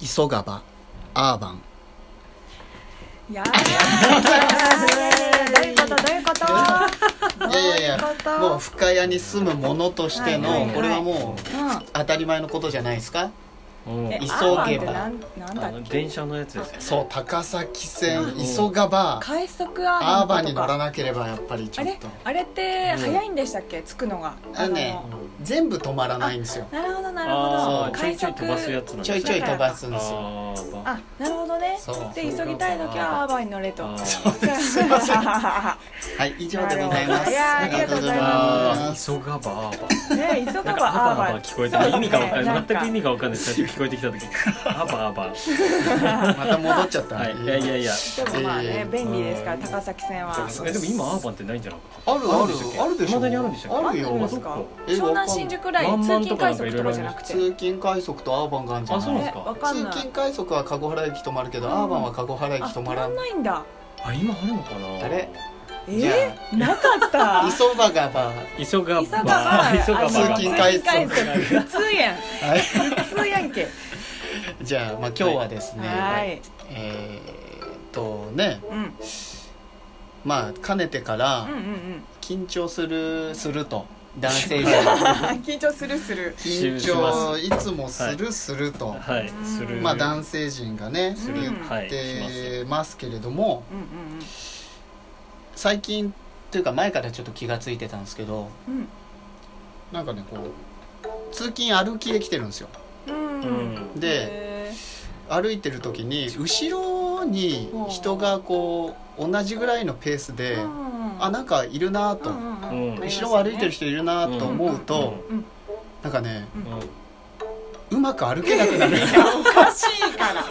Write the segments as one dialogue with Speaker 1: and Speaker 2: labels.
Speaker 1: 急がばアーバン
Speaker 2: いやーどういうことどういうこと
Speaker 1: いやいやい
Speaker 2: どういうこと
Speaker 1: やもう深谷に住むものとしての、
Speaker 2: はいはいはい
Speaker 1: これはもう
Speaker 2: うん
Speaker 1: 当たり前のことじゃないですか
Speaker 2: え
Speaker 1: 急げば
Speaker 2: アーバンってなんな
Speaker 3: あ
Speaker 2: んだっ
Speaker 3: の
Speaker 2: け
Speaker 3: 電車のやつですよ
Speaker 1: そう高崎線
Speaker 3: うん
Speaker 1: 急がば
Speaker 2: 快速アーバン
Speaker 1: アーバンに乗ら
Speaker 2: い
Speaker 1: なければやっぱりち
Speaker 2: あ
Speaker 1: ょっ
Speaker 2: れ
Speaker 1: と
Speaker 2: あれって早いんでしたっけ着くのが
Speaker 1: あのね全部止まらないんですよ
Speaker 2: なるほどなるほ
Speaker 3: あ
Speaker 2: ど
Speaker 3: あちょ
Speaker 2: 快
Speaker 3: いちょい
Speaker 2: 速
Speaker 3: 飛ばすやつなん
Speaker 1: ちょいちょい飛ばすんですよ
Speaker 3: あーば
Speaker 2: あなるほどね
Speaker 1: そう
Speaker 2: で急ぎたい時はアーバンに乗れと
Speaker 3: あー
Speaker 2: すいません ね
Speaker 1: はい以上でございます
Speaker 2: いやーありがとうございま
Speaker 1: あ
Speaker 3: 急がばアーバ
Speaker 2: 急が
Speaker 3: なん
Speaker 2: ば
Speaker 3: か
Speaker 2: ア
Speaker 3: ア
Speaker 2: ー
Speaker 3: バ
Speaker 2: バ
Speaker 3: ア
Speaker 2: ン
Speaker 3: バ聞こえてる意味がわかんない全く意
Speaker 2: 味
Speaker 3: 味がわかんない最初聞こえてきた時アバアバ
Speaker 1: りがとうございますまた戻っちゃった、
Speaker 3: はいいやいやいや
Speaker 2: でもまあ
Speaker 1: え
Speaker 2: ね
Speaker 1: ー
Speaker 2: 便利ですから高崎線は
Speaker 1: そう
Speaker 3: えでも今アーバンってないんじゃなかっ
Speaker 1: あるあるあるでしょ
Speaker 3: 未だにあるんでしょ
Speaker 1: ある
Speaker 2: あるん
Speaker 1: よ
Speaker 2: ですか
Speaker 1: え
Speaker 2: 湘
Speaker 1: わかん
Speaker 2: 南
Speaker 1: ない
Speaker 2: 新宿ライ
Speaker 3: ワ
Speaker 2: ン
Speaker 3: ン
Speaker 2: 通
Speaker 3: マン
Speaker 2: 勤
Speaker 3: とか
Speaker 2: 快
Speaker 3: なんか
Speaker 2: 速
Speaker 3: い
Speaker 2: とか
Speaker 3: ろいろ
Speaker 2: じゃなくて
Speaker 1: 通勤快速とアーバンがあるんじゃない
Speaker 3: あそうなんです
Speaker 2: え
Speaker 3: か
Speaker 2: わかん
Speaker 1: 通
Speaker 2: ない
Speaker 1: 勤快速は籠原駅止まるけど、
Speaker 2: うん
Speaker 1: アーバンは籠原駅止まらん
Speaker 2: あないんだ
Speaker 3: たあ今あるのかな
Speaker 1: あれじゃ
Speaker 2: えー、なかった
Speaker 1: 急ばがば
Speaker 3: 急がば
Speaker 2: 急がば
Speaker 3: 急がば
Speaker 2: あの
Speaker 1: 通勤快速
Speaker 2: 通勤快速普通やん普通やんけ
Speaker 1: じゃあ,、まあ今日はですね、
Speaker 2: はい
Speaker 1: えーっとね
Speaker 2: うんうん
Speaker 1: まあかねてから
Speaker 2: うんうん
Speaker 1: 緊張するすると男性が
Speaker 2: 緊張するする
Speaker 1: 緊張いつもするすると、
Speaker 3: はいする
Speaker 1: まあ男性陣がね
Speaker 3: す
Speaker 2: う
Speaker 3: る
Speaker 2: ん
Speaker 3: は
Speaker 1: 言
Speaker 3: い
Speaker 1: っ
Speaker 3: します
Speaker 1: て
Speaker 3: よ
Speaker 1: ますけれども
Speaker 2: うん
Speaker 1: 最近というか前からちょっと気がついてたんですけど
Speaker 2: うん
Speaker 1: なんかねこう通勤歩きで来てるんですよ
Speaker 2: うん
Speaker 3: う
Speaker 2: うん
Speaker 3: ん
Speaker 1: で
Speaker 2: へ
Speaker 1: 歩いてる時に後ろに人がこう同じぐらいのペース
Speaker 2: ー
Speaker 1: で
Speaker 2: うんうん
Speaker 1: あなんかいるなと
Speaker 2: うんうん
Speaker 3: うん
Speaker 1: 後ろを歩いてる人いるなと思う
Speaker 3: うん
Speaker 1: となんかね
Speaker 3: うん
Speaker 1: うまく歩けなくなる
Speaker 2: おかしいから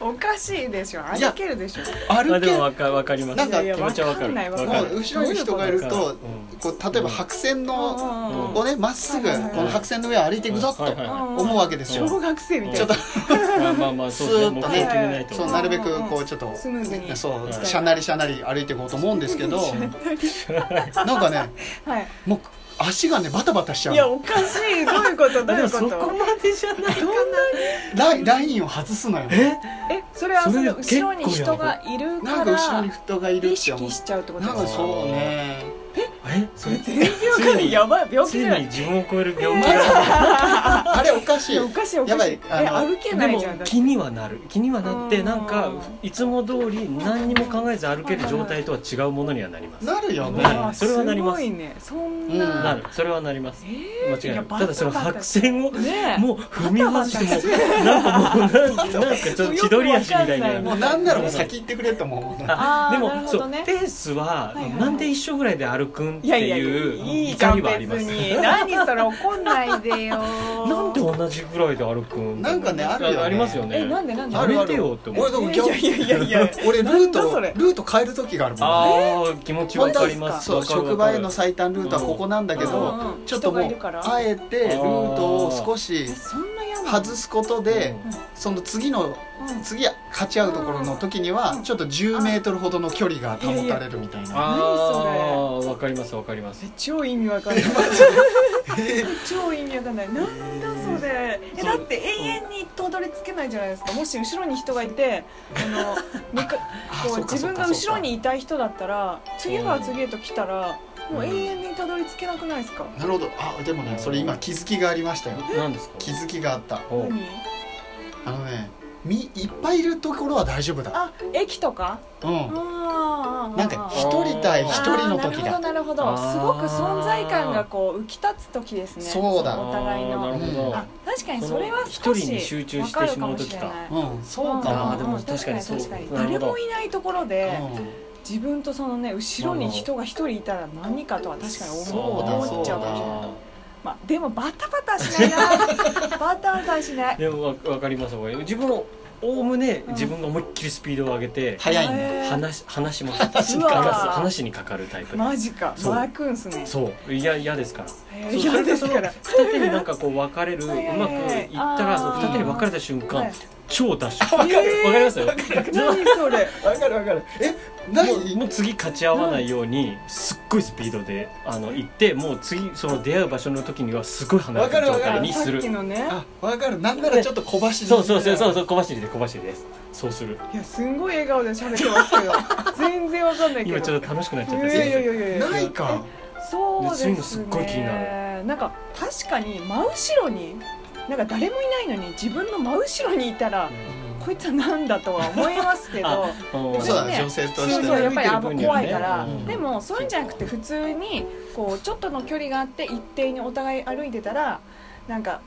Speaker 2: おかしいでしょ
Speaker 1: いや
Speaker 2: 歩けるでしょ
Speaker 3: まあ
Speaker 1: 歩
Speaker 3: で
Speaker 1: け
Speaker 3: も
Speaker 1: も
Speaker 3: わかわかります
Speaker 1: なんか
Speaker 2: いやいや
Speaker 3: 気持ちはわか
Speaker 2: わか
Speaker 3: る
Speaker 2: んないわ
Speaker 3: わ
Speaker 2: か
Speaker 3: か
Speaker 2: んな
Speaker 1: う
Speaker 3: る
Speaker 1: 後ろに人がいると
Speaker 3: うん
Speaker 1: こう例えば白線の
Speaker 2: うん
Speaker 1: をねまっすぐこ
Speaker 2: はいはいはい
Speaker 1: の白線の上歩いていくぞと
Speaker 3: はいはいはい
Speaker 1: 思うわけですよ
Speaker 2: 小学生みたいな
Speaker 1: ちょっと
Speaker 3: まあまあまあそうですね
Speaker 1: スーッ
Speaker 3: 目
Speaker 1: とね
Speaker 3: 標決めないと
Speaker 1: そうなるべくこうちょっと
Speaker 2: スムーズに
Speaker 1: そ
Speaker 3: は
Speaker 1: う
Speaker 3: い
Speaker 1: しゃなりしゃなり歩いていこうと思うんですけ どなんかね
Speaker 2: はい
Speaker 1: もう足がねバタバタしちゃ
Speaker 2: いや
Speaker 1: う
Speaker 2: おかしいどういうことどう
Speaker 3: で
Speaker 2: い
Speaker 3: も
Speaker 2: うこ
Speaker 3: そ
Speaker 2: と
Speaker 3: こまでじゃないかな
Speaker 1: ラインラインを外すのよ
Speaker 2: えそれはそ
Speaker 3: それ
Speaker 2: の後ろに
Speaker 3: 結構
Speaker 2: 人
Speaker 3: やば
Speaker 2: がいる
Speaker 1: な
Speaker 2: か
Speaker 1: んか後ろ
Speaker 2: ら
Speaker 1: に人がいる
Speaker 2: 意
Speaker 1: って思
Speaker 2: 識
Speaker 1: う
Speaker 2: しちゃうってこと
Speaker 1: な
Speaker 2: で
Speaker 1: ん
Speaker 2: す
Speaker 1: か
Speaker 2: か
Speaker 1: そうね
Speaker 3: えそれ
Speaker 2: 全然わかんないやばい病気
Speaker 3: つ
Speaker 2: じ
Speaker 3: い
Speaker 2: ゃな
Speaker 3: に
Speaker 2: い
Speaker 3: 自分を超える病気が
Speaker 1: あれおかし
Speaker 2: い
Speaker 1: い
Speaker 2: やおかしいお
Speaker 1: や
Speaker 2: か
Speaker 1: ば
Speaker 2: しい
Speaker 1: い
Speaker 2: え
Speaker 1: あの
Speaker 2: 歩け
Speaker 3: で
Speaker 2: ない
Speaker 3: も
Speaker 2: じゃんだって
Speaker 3: 気にはなる気にはなっ
Speaker 2: う
Speaker 3: て
Speaker 2: ん
Speaker 3: なんかいつも通り何にも考えず歩ける状態とは違うものにはなります
Speaker 1: なるよね
Speaker 2: わあ
Speaker 3: それはなりま
Speaker 2: ご
Speaker 3: す
Speaker 2: いねそん
Speaker 1: うん
Speaker 3: な
Speaker 2: な
Speaker 3: るそれはなります間違い
Speaker 2: い
Speaker 3: な
Speaker 2: や
Speaker 3: い
Speaker 2: バタバ
Speaker 3: ただ
Speaker 2: タ
Speaker 3: その白線を
Speaker 2: ねえ
Speaker 3: もう踏み外してもうなんかもうなんかなんかちょっと千鳥足みたい
Speaker 2: よく
Speaker 3: な
Speaker 1: もうなんならもう先行ってくれと思う
Speaker 3: あ
Speaker 2: あー
Speaker 3: で
Speaker 2: なる
Speaker 3: も
Speaker 2: ほ
Speaker 3: そ
Speaker 2: ど
Speaker 3: う
Speaker 2: ね
Speaker 3: ペースはい
Speaker 2: はいはい
Speaker 3: なんで一緒ぐらいで歩くんって
Speaker 2: いやいやい
Speaker 3: い
Speaker 2: いういじゃ
Speaker 3: 怒り
Speaker 2: ん
Speaker 3: は
Speaker 2: 別
Speaker 3: あります
Speaker 2: に 何それ怒んないでよ
Speaker 3: なんで同じぐらいで歩くん
Speaker 1: なんかねあるよね
Speaker 3: ありますよね
Speaker 2: えなんでなんで
Speaker 3: や
Speaker 1: ある
Speaker 3: め
Speaker 1: あ
Speaker 3: て
Speaker 1: る
Speaker 3: よって思う
Speaker 1: 俺でも
Speaker 2: いやいやいやいや
Speaker 1: 俺ル
Speaker 2: なん
Speaker 1: ー
Speaker 2: だ
Speaker 1: ト
Speaker 2: そ
Speaker 1: ル
Speaker 2: れ
Speaker 1: ート変える時があるもん
Speaker 3: ああ気持ちわかります
Speaker 1: そう
Speaker 3: わかるわかる
Speaker 1: 職場への最短ルートはここなんだけど、
Speaker 2: うんうん
Speaker 1: ちょっとも
Speaker 2: 人がいうるから
Speaker 1: あえてルートを少し
Speaker 2: えそんなやばい
Speaker 1: 外すことで、
Speaker 3: うん
Speaker 1: その次の
Speaker 2: うん
Speaker 1: 次勝ち合うところの時にはちょっと1 0ルほどの距離が保たれるみたいな
Speaker 3: ああわかりますわかります
Speaker 2: え超意味わかんない超意味わかんないなんだそれえ
Speaker 3: そう
Speaker 2: だって永遠にとどり着けないじゃないですかもし後ろに人がいて あの向かこう
Speaker 1: そうかそうか
Speaker 2: 自分が後ろにいたい人だったら次から次へと来たら
Speaker 3: うん
Speaker 2: もう永遠にたどり着けなくないですか
Speaker 1: なるほどあでもねそれ今気づきがありましたよ
Speaker 3: 何ですか
Speaker 1: 気づきがあった
Speaker 3: お
Speaker 2: 何
Speaker 1: あのねみいっぱいいるところは大丈夫だ
Speaker 2: あ駅とか
Speaker 1: うん
Speaker 2: あー
Speaker 1: なんか一人対一人の時
Speaker 2: あー
Speaker 1: だ
Speaker 2: なるほどなるほどすごく存在感がこう浮き立つ時ですね
Speaker 1: そうだ
Speaker 2: お互い
Speaker 3: あーな
Speaker 2: の
Speaker 3: るほど
Speaker 2: あ確かにそれは少
Speaker 3: その一人に集
Speaker 2: し
Speaker 3: 中
Speaker 2: わ
Speaker 3: し
Speaker 2: か
Speaker 3: て
Speaker 2: る
Speaker 3: し
Speaker 2: か
Speaker 3: まう
Speaker 2: もし
Speaker 3: 時
Speaker 2: れ
Speaker 3: か
Speaker 2: ない
Speaker 1: うんそうか
Speaker 3: あ
Speaker 1: な
Speaker 3: ーでも確かにそう
Speaker 2: 確かに
Speaker 3: なるほ
Speaker 2: 誰
Speaker 3: ど
Speaker 2: もいないところ
Speaker 1: う
Speaker 2: で
Speaker 1: ん
Speaker 2: 自分とそのね後ろに人が一人いたら何かとは確かに
Speaker 3: そう
Speaker 1: だ
Speaker 2: 思っちゃうかもしれ
Speaker 1: そう
Speaker 2: な
Speaker 1: だ
Speaker 2: い、まあ、でもバタバタし ないなバタバタしない
Speaker 3: でもわわかりますわかります自分もおおむね自分が思いっきりスピードを上げて
Speaker 1: 早いね
Speaker 2: へー
Speaker 3: 話し話します話
Speaker 2: うわー
Speaker 3: 話にかかるタイプ
Speaker 2: マジか
Speaker 3: そう
Speaker 2: マークンっすね
Speaker 3: そういや嫌ですから
Speaker 2: へえー
Speaker 3: そうそ
Speaker 2: 嫌
Speaker 3: れ
Speaker 2: で
Speaker 3: ですその
Speaker 2: から
Speaker 3: 二手になんかこう分かれる う
Speaker 2: は
Speaker 3: ま
Speaker 2: い
Speaker 3: く
Speaker 2: はいはい
Speaker 3: いったら
Speaker 2: あー
Speaker 3: その二手に分かれた瞬
Speaker 2: は
Speaker 3: 間
Speaker 2: い
Speaker 3: 超ダッシュ
Speaker 2: わかる
Speaker 3: わかりますよ
Speaker 2: 何そ れ
Speaker 1: わかるわかるえない
Speaker 3: もうもう次勝ち合わないようにすっごいスピードであの行ってもう次その出会う場所の時にはすごい離れた
Speaker 1: わかる
Speaker 3: 状
Speaker 1: わか
Speaker 3: 態
Speaker 1: る
Speaker 3: に
Speaker 2: さ
Speaker 3: す
Speaker 2: っ
Speaker 3: る
Speaker 2: きのね
Speaker 1: あわかるなんならちょっと小走り
Speaker 3: そうそうそうそうそう小走りで小走りですそうする
Speaker 2: いやすんごい笑顔で喋ってます けど全然わかんないけど
Speaker 3: 今ちょっと楽しくなっちゃっ
Speaker 2: い
Speaker 3: た
Speaker 2: やいやいやいやいや
Speaker 1: ないか
Speaker 2: そうです
Speaker 3: そういう
Speaker 2: ね
Speaker 3: のすっごい気にな
Speaker 2: なんか確かに真後ろになんか誰もいないのに自分の真後ろにいたら、こいつはなんだとは思いますけど
Speaker 3: あうん
Speaker 2: 別
Speaker 1: そうだ
Speaker 2: に
Speaker 1: ね
Speaker 2: ね
Speaker 1: 女性と
Speaker 2: そう
Speaker 1: して
Speaker 2: そ
Speaker 1: ね
Speaker 2: うやっぱりあんま怖いから、
Speaker 1: うん
Speaker 2: でもそういうんじゃなくて普通にこうちょっとの距離があって一定にお互い歩いてたらなんか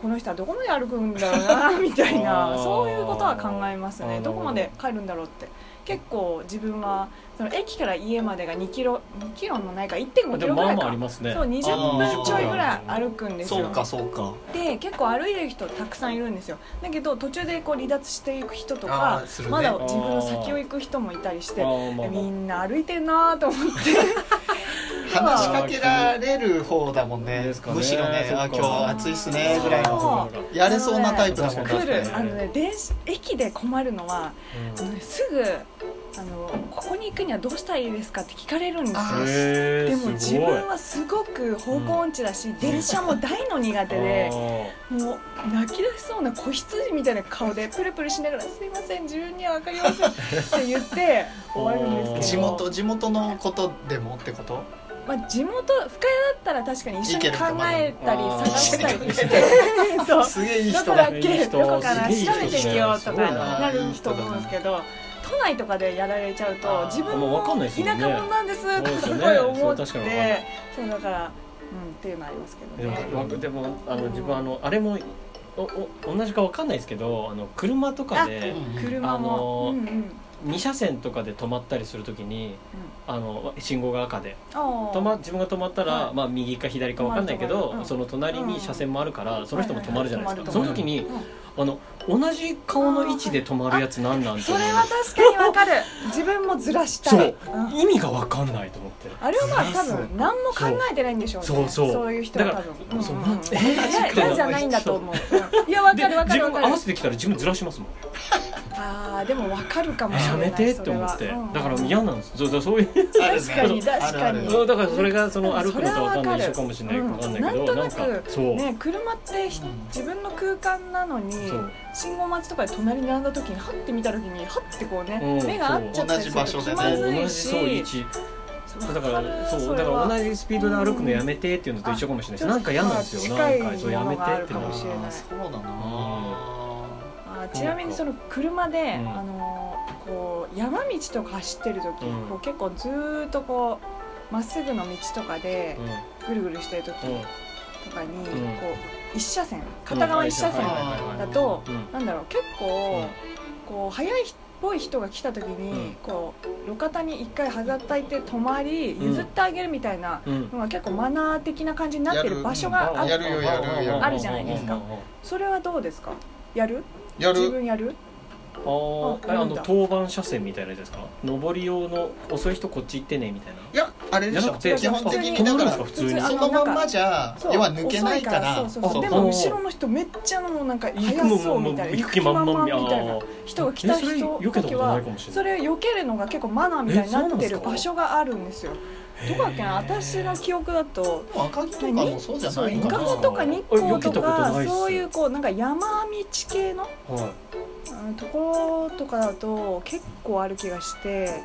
Speaker 2: この人はどこまで歩くんだろうなみたい
Speaker 3: あ
Speaker 2: な
Speaker 3: ー
Speaker 2: そういうことは考えます
Speaker 3: なる
Speaker 2: ね
Speaker 3: ほど
Speaker 2: どこまで帰るんだろうって結構自分はその駅から家までが2キロ2キロもないか1 5キ
Speaker 3: で
Speaker 2: ロ
Speaker 3: も
Speaker 2: ぐ
Speaker 3: ま
Speaker 2: ら
Speaker 3: あ
Speaker 2: い
Speaker 3: まああ
Speaker 2: か
Speaker 3: りますね
Speaker 2: そう20分ちょいぐらい歩くんです
Speaker 1: そう
Speaker 2: よ
Speaker 1: かそうか
Speaker 2: で結構歩いてる人たくさんいるんですよだけど途中でこう離脱していく人と
Speaker 1: あ
Speaker 2: か、
Speaker 1: ーするね
Speaker 2: まだ自分の先を行く人もいたりし
Speaker 3: あ
Speaker 2: て
Speaker 3: ーまあま
Speaker 2: み
Speaker 3: あ
Speaker 2: んな歩いてんなーと思って
Speaker 1: 話しかけられる方だもんね
Speaker 3: ですかね
Speaker 1: むしろね
Speaker 3: そっか
Speaker 1: あ今日暑いっすねぐらいの
Speaker 2: そ
Speaker 1: やれそうなタイプだもん
Speaker 3: 確か
Speaker 2: 来
Speaker 3: に
Speaker 2: る
Speaker 3: 確か
Speaker 2: あ
Speaker 3: に
Speaker 2: のね電車駅で困るのはあのねすぐあの「ここに行くにはどうしたらいいですか?」って聞かれるんですよ
Speaker 1: あ
Speaker 3: へ
Speaker 2: で
Speaker 3: え
Speaker 2: も
Speaker 3: す
Speaker 2: 自
Speaker 3: ごい
Speaker 2: 分はすごく方向音痴だし、電車も大の苦手 でもう泣き出しそうな子羊みたいな顔でプルプルしながら「すいません自分には分かりません」って言って終わるんですけど
Speaker 1: 地元地元のことでもってこと
Speaker 2: まあ、地元深谷だったら確かに一緒に考えたり
Speaker 3: いけるとか
Speaker 2: 探
Speaker 3: ね
Speaker 2: したり
Speaker 1: あー
Speaker 2: して そう
Speaker 1: すげえいい
Speaker 2: だ
Speaker 1: 人
Speaker 2: か
Speaker 1: だ
Speaker 2: ら
Speaker 1: あ
Speaker 2: っけどこかな調べてみようとかなると思うんですけど都内とかでやられちゃうと自分
Speaker 3: もうわ
Speaker 2: も
Speaker 3: かんない
Speaker 2: 田
Speaker 3: ですもんね
Speaker 2: 舎者なんですとかす
Speaker 3: そうです
Speaker 2: ごい
Speaker 3: よね
Speaker 2: 思って
Speaker 3: そう確かにわかんない
Speaker 2: そうだからうんっていうのありますけ
Speaker 3: で
Speaker 2: ど
Speaker 3: も
Speaker 2: ね
Speaker 3: わでもあの自分あのあれもおお同じかわかんないですけどあの車とかで
Speaker 2: 車も
Speaker 3: あのー
Speaker 2: うんうん
Speaker 3: 2車線とかで止まったりするときにあの信号が赤で止ま自分が止まったら、
Speaker 2: はい
Speaker 3: まあ、右か左か分かんないけ
Speaker 2: 止まる
Speaker 3: ど
Speaker 2: 止、まるうん
Speaker 3: その隣に車線もあるから、その人も止まるじゃないです
Speaker 2: はいはい
Speaker 3: か、
Speaker 2: はい
Speaker 3: その時に
Speaker 2: うん
Speaker 3: あの同じ顔の位置で止まるやつなんなんて
Speaker 2: そ
Speaker 3: 思
Speaker 2: れは確かにわかる自分もずらしたい
Speaker 3: そ
Speaker 2: うん
Speaker 3: う意味が分かんないと思って
Speaker 2: あれはまあ
Speaker 1: ずら
Speaker 2: 多
Speaker 1: す
Speaker 2: 分何も考えてないんでしょうね
Speaker 3: そうそう
Speaker 2: いう人は多分
Speaker 3: だからそう
Speaker 2: うん
Speaker 3: なんえー
Speaker 2: 嫌
Speaker 3: 時間
Speaker 2: 嫌じゃないんだと思ううんいやわ
Speaker 3: で
Speaker 2: かるわか
Speaker 3: 自
Speaker 2: るわ
Speaker 3: 分
Speaker 2: か
Speaker 3: が
Speaker 2: る
Speaker 3: 合わせてきたら自分ずらしますもん
Speaker 2: ああでもわかるかもしれな
Speaker 3: や
Speaker 2: い
Speaker 3: めてって思って、
Speaker 2: それはうん
Speaker 3: だから嫌なんですそうそうそういう、
Speaker 1: るね
Speaker 2: 確かに確か
Speaker 1: あ
Speaker 2: に
Speaker 1: るあ
Speaker 3: う
Speaker 1: る
Speaker 3: んだからそれがそ
Speaker 2: で
Speaker 3: の
Speaker 2: も
Speaker 3: 歩くのと分かんない一緒かもしれない
Speaker 2: うん
Speaker 3: 分かんないけど、
Speaker 2: なんとな
Speaker 3: か
Speaker 2: く
Speaker 3: そう、
Speaker 2: ね車ってひ
Speaker 1: うん
Speaker 2: 自分の空間なのに
Speaker 3: そう
Speaker 2: 信号待ちとかで隣に並んだ時にハッて見た時にハッてこうね
Speaker 3: うん
Speaker 2: 目が合っちゃったりすると
Speaker 1: 同じ場所でね
Speaker 2: 気まず
Speaker 3: 同
Speaker 2: い
Speaker 3: じそう位
Speaker 2: し
Speaker 3: 置
Speaker 2: そう
Speaker 3: だか
Speaker 2: わる
Speaker 3: らそう
Speaker 2: れ
Speaker 3: だか
Speaker 2: は
Speaker 3: ら同じスピードで歩くのやめてっていうのと一緒かもしれないですなんか嫌なんですよ
Speaker 2: あ
Speaker 3: な
Speaker 2: 近
Speaker 3: ん
Speaker 2: い
Speaker 3: かそうやめて
Speaker 2: も
Speaker 3: って
Speaker 2: のがあるか
Speaker 3: な
Speaker 2: もしれない
Speaker 1: あーそうだな
Speaker 2: あちなみにその車で、
Speaker 3: うん
Speaker 2: あのこう山道とか走ってる時、
Speaker 3: うん
Speaker 2: こう結構ずーっとこうまっすぐの道とかで
Speaker 3: うん
Speaker 2: ぐるぐるしてる時
Speaker 3: うん
Speaker 2: とかに、
Speaker 3: ん
Speaker 2: こう一車線片側一車線、
Speaker 3: はいはいはい
Speaker 2: だと
Speaker 3: うん
Speaker 2: なんだろう結構、こう速い人っぽい人が来た時に、
Speaker 3: うん
Speaker 2: こう路肩に一回はざったいて止まり
Speaker 3: うん
Speaker 2: 譲ってあげるみたいな、
Speaker 3: うんうん
Speaker 2: のが結構マナー的な感じになってる場所があ
Speaker 1: やるやるやるやる
Speaker 2: あるじゃないですかそれはどうですかやる
Speaker 1: や
Speaker 2: 自
Speaker 1: る
Speaker 2: 分やる
Speaker 3: あー
Speaker 2: あ
Speaker 3: あ
Speaker 2: やるん
Speaker 3: の
Speaker 2: だ
Speaker 3: 当番車線みたいなやつですか上り用の遅い人こっち行ってねみたいない
Speaker 1: やあれで
Speaker 3: じ
Speaker 1: し
Speaker 3: ゃ
Speaker 1: ょ
Speaker 3: なくて
Speaker 1: 基本的
Speaker 3: あ
Speaker 1: に
Speaker 3: 止
Speaker 1: だか
Speaker 3: まるんですから普通に
Speaker 2: 普通
Speaker 1: そ
Speaker 2: に
Speaker 1: のまんまじゃ
Speaker 2: そう
Speaker 1: 要は抜けないから
Speaker 2: 遅いそうそう
Speaker 1: そう
Speaker 2: で
Speaker 3: う
Speaker 2: も
Speaker 3: ん
Speaker 2: 後ろの人めっちゃもうなんか
Speaker 3: 行
Speaker 2: 速そう
Speaker 3: も
Speaker 2: みたいな
Speaker 3: 行く気満々みたい
Speaker 2: みたいな
Speaker 3: な
Speaker 2: 人が来た
Speaker 3: えそれ
Speaker 2: 人
Speaker 3: 避けた
Speaker 2: 時
Speaker 3: ことな
Speaker 2: はい
Speaker 3: かもしれない
Speaker 2: それを避けるのが結構マナーみたいになってる
Speaker 3: えそうなんですか
Speaker 2: 場所があるんですよどこだっけな私の記憶だと
Speaker 1: でも赤城とかもそうじゃない
Speaker 2: 伊
Speaker 1: の
Speaker 2: 香
Speaker 1: かな
Speaker 2: 保とか日
Speaker 3: あ
Speaker 2: 光
Speaker 3: 避
Speaker 2: と
Speaker 3: けたこと
Speaker 2: か
Speaker 3: ないっす
Speaker 2: そういうこうなんか山道系の
Speaker 3: は
Speaker 2: うんところとかだと結構ある気がして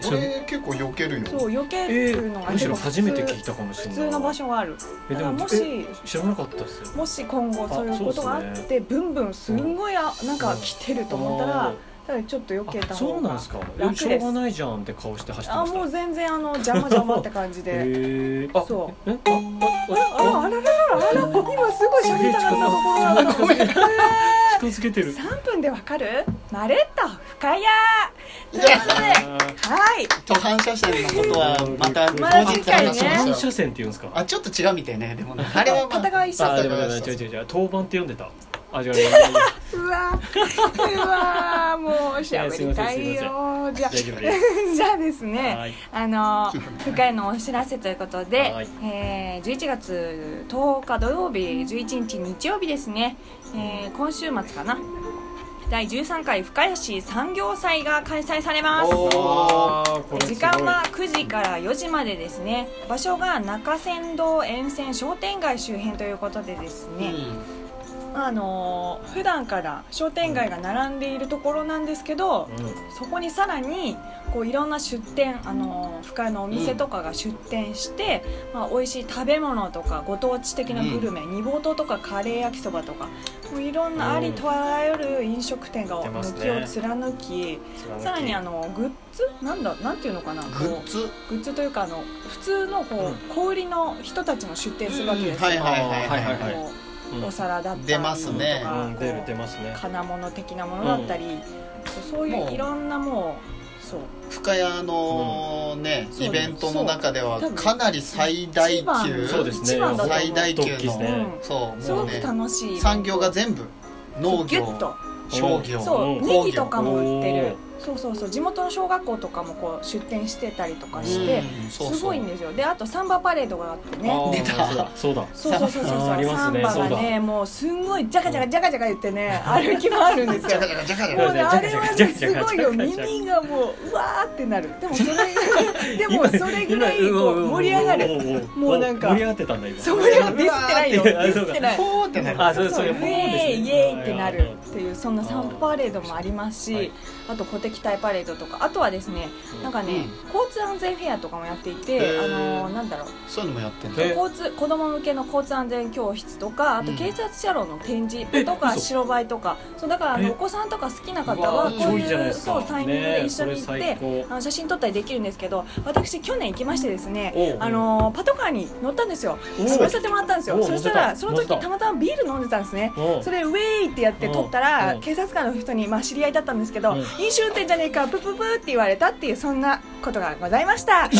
Speaker 3: いそれ
Speaker 1: 俺結構避けるよ
Speaker 2: そう避け
Speaker 3: え
Speaker 2: るのが
Speaker 3: ーむ
Speaker 2: 結
Speaker 3: し
Speaker 2: 構
Speaker 3: ろ
Speaker 2: 普
Speaker 3: 初めて聞い
Speaker 2: 通
Speaker 3: たかもしれ
Speaker 2: 普
Speaker 3: ない
Speaker 2: 通の場所がある
Speaker 3: え
Speaker 2: だか
Speaker 3: で
Speaker 2: ら
Speaker 3: も
Speaker 2: も
Speaker 3: え
Speaker 2: し
Speaker 3: 知らなかったですよ
Speaker 2: もし今後そういうことがあ
Speaker 3: あ
Speaker 2: っ
Speaker 3: そう
Speaker 2: てブンブンすんごいあなんか来てると思ったら
Speaker 3: あ
Speaker 2: ただちょっと避け
Speaker 3: ーあ
Speaker 2: た
Speaker 3: そ
Speaker 2: 方
Speaker 3: うなんで
Speaker 2: が
Speaker 3: すか
Speaker 2: 楽で
Speaker 3: え
Speaker 2: す
Speaker 3: しょうがないじゃんって顔して走って
Speaker 2: あ
Speaker 3: ました
Speaker 2: もう全然あの邪魔邪魔って感じ で
Speaker 3: へーあ
Speaker 2: そ
Speaker 3: えあああ
Speaker 2: ああららららあら今すごい喋りたかったところなのに
Speaker 3: ごめん近づけて る
Speaker 2: 3分でわかるまるっと深谷と
Speaker 1: い
Speaker 2: いう
Speaker 1: や
Speaker 2: ことではい
Speaker 1: と反射線のことはまた後
Speaker 2: まだ
Speaker 1: 日
Speaker 2: 次回ね
Speaker 1: 話しま
Speaker 3: 何
Speaker 1: しょう
Speaker 3: 車線って言うんですか
Speaker 1: あちょっと違うみたいねでもねあれはまあ
Speaker 2: 片側一車
Speaker 3: あ
Speaker 2: 線
Speaker 3: でもでも違う違う違う当番って読んでたあ違う違う違う違う
Speaker 2: うわーうわーもう喋りたいよーじゃあ
Speaker 3: 大丈夫で
Speaker 2: じゃあですね
Speaker 3: はい
Speaker 2: あの深谷のお知らせということで
Speaker 3: はい、
Speaker 2: えー、11月10日土曜日11日日曜日ですね、えー、今週末かな第13回深谷市産業祭が開催されます
Speaker 3: おーこれすご
Speaker 2: 時
Speaker 3: い
Speaker 2: 間は9時から4時までですね場所が中山道沿線商店街周辺ということでですね、あのー普段から商店街が並んでいるところなんですけど、そこにさらにこういろんな出店あの深谷のお店とかが出店して、まあ、美味しい食べ物とかご当地的なグルメ、煮ぼうとうとかカレー焼きそばとかもういろん
Speaker 3: うん
Speaker 2: なありとあらゆる飲食店が
Speaker 3: 出ますね
Speaker 2: 軒を貫き、
Speaker 3: うん
Speaker 2: さらにあのグッズなんだなんていうのかな
Speaker 1: グ
Speaker 2: こ
Speaker 1: ッ
Speaker 2: う
Speaker 1: ズ
Speaker 2: グッズというかあの普通のこう、小売りの人たちも出店するわけですよ、
Speaker 1: はいはいはいはい
Speaker 3: あーはいはい
Speaker 2: こう
Speaker 3: うん
Speaker 2: お皿だったり
Speaker 1: 出ますね
Speaker 2: と
Speaker 1: が
Speaker 2: か
Speaker 3: うん
Speaker 2: こう
Speaker 3: 出る出ますね
Speaker 2: 金物的なものだったり、そうそうい
Speaker 1: も
Speaker 2: う
Speaker 1: う
Speaker 2: いろんなもうそう
Speaker 1: 深谷のね、
Speaker 2: そう
Speaker 1: イベントの中では
Speaker 2: そう
Speaker 1: かなり最大
Speaker 2: 一番
Speaker 1: 級
Speaker 3: そうですね
Speaker 2: 一番だと思う
Speaker 1: 最大級の、
Speaker 3: ね
Speaker 1: そう
Speaker 2: す
Speaker 1: も
Speaker 2: ご
Speaker 1: う
Speaker 2: く
Speaker 1: ね
Speaker 2: 楽しい
Speaker 1: 産業が全部農
Speaker 2: ギュ
Speaker 1: 業
Speaker 2: ッと
Speaker 1: 商業
Speaker 2: そう
Speaker 1: 工業
Speaker 2: ネギとかも売ってる
Speaker 3: お
Speaker 2: そうそうそう地元の小学校とかもこう出店してたりとかして
Speaker 1: うんそうそう
Speaker 2: すごいんですよであとサンバパレードがあって
Speaker 3: あー
Speaker 2: ね
Speaker 1: 出た
Speaker 3: そうだそうだ
Speaker 2: そうそうそうそう
Speaker 3: あーあり
Speaker 2: サ
Speaker 3: ます
Speaker 2: ン
Speaker 3: ね
Speaker 2: バが
Speaker 3: そう
Speaker 2: ねもうすんごいジャカジャカジャカジャカ言って ね歩き回るんです
Speaker 1: ジャ
Speaker 2: よ
Speaker 1: カジャカジャカジャカ
Speaker 2: もうねあれは
Speaker 3: ジ
Speaker 2: ね
Speaker 3: ャカジャ
Speaker 2: す
Speaker 3: カ
Speaker 2: ごい
Speaker 3: ジャカ
Speaker 2: よ
Speaker 3: ジャカジャカ
Speaker 2: 耳がもううわーってなるでもそれでもそれぐらいこう盛り上がる
Speaker 3: る
Speaker 2: もうなんか
Speaker 3: 盛り上がってたんだ今
Speaker 2: そこよディスってないよ
Speaker 3: う
Speaker 2: デ
Speaker 3: わーって
Speaker 2: ィスってない
Speaker 1: ほーってなる
Speaker 3: あ
Speaker 2: そ
Speaker 3: そうう
Speaker 2: そうイ
Speaker 3: そうい
Speaker 2: エ
Speaker 3: う
Speaker 2: ー
Speaker 3: 方です
Speaker 2: イ
Speaker 3: ね
Speaker 2: イエーイってなるっていうそんなサンパレードもありますし、
Speaker 3: はい
Speaker 2: あと鼓敵隊パレードとかあとはですねなんかね、交通安全フェアとかもやっていて、
Speaker 1: へー
Speaker 2: あのーなんだろう
Speaker 1: そういうのもやってんだ
Speaker 3: え
Speaker 2: 交通子供向けの交通安全教室とかあと
Speaker 1: うん
Speaker 2: 警察車両の展示
Speaker 3: え
Speaker 2: とか、
Speaker 3: 嘘
Speaker 2: 白バイとかそうだからあの
Speaker 3: え
Speaker 2: お子さんとか好きな方
Speaker 3: わ
Speaker 2: は
Speaker 3: ー
Speaker 2: こう
Speaker 3: 超いいじゃないいうです
Speaker 2: そ
Speaker 3: か
Speaker 2: うタイミングで一緒に行って、
Speaker 3: ねそれ最
Speaker 2: あの写真撮ったりできるんですけど私去年行きましてですね
Speaker 3: おう
Speaker 2: あのーパトカーに乗ったんですよ
Speaker 3: おう
Speaker 2: 乗せてもらったんです
Speaker 3: お
Speaker 2: よ
Speaker 3: う
Speaker 2: そした
Speaker 3: 乗せ
Speaker 2: ら
Speaker 3: た
Speaker 2: その時
Speaker 3: 乗せた
Speaker 2: たまたまビール飲んでたんですね
Speaker 3: 高うん
Speaker 2: それウェイってやって撮った
Speaker 3: う
Speaker 2: ら
Speaker 3: ん
Speaker 2: 警察官の人に、まあ、知り合いだったんですけど
Speaker 3: うん
Speaker 2: 飲酒運転じゃねえかプププって言われたっていうそんなことがございました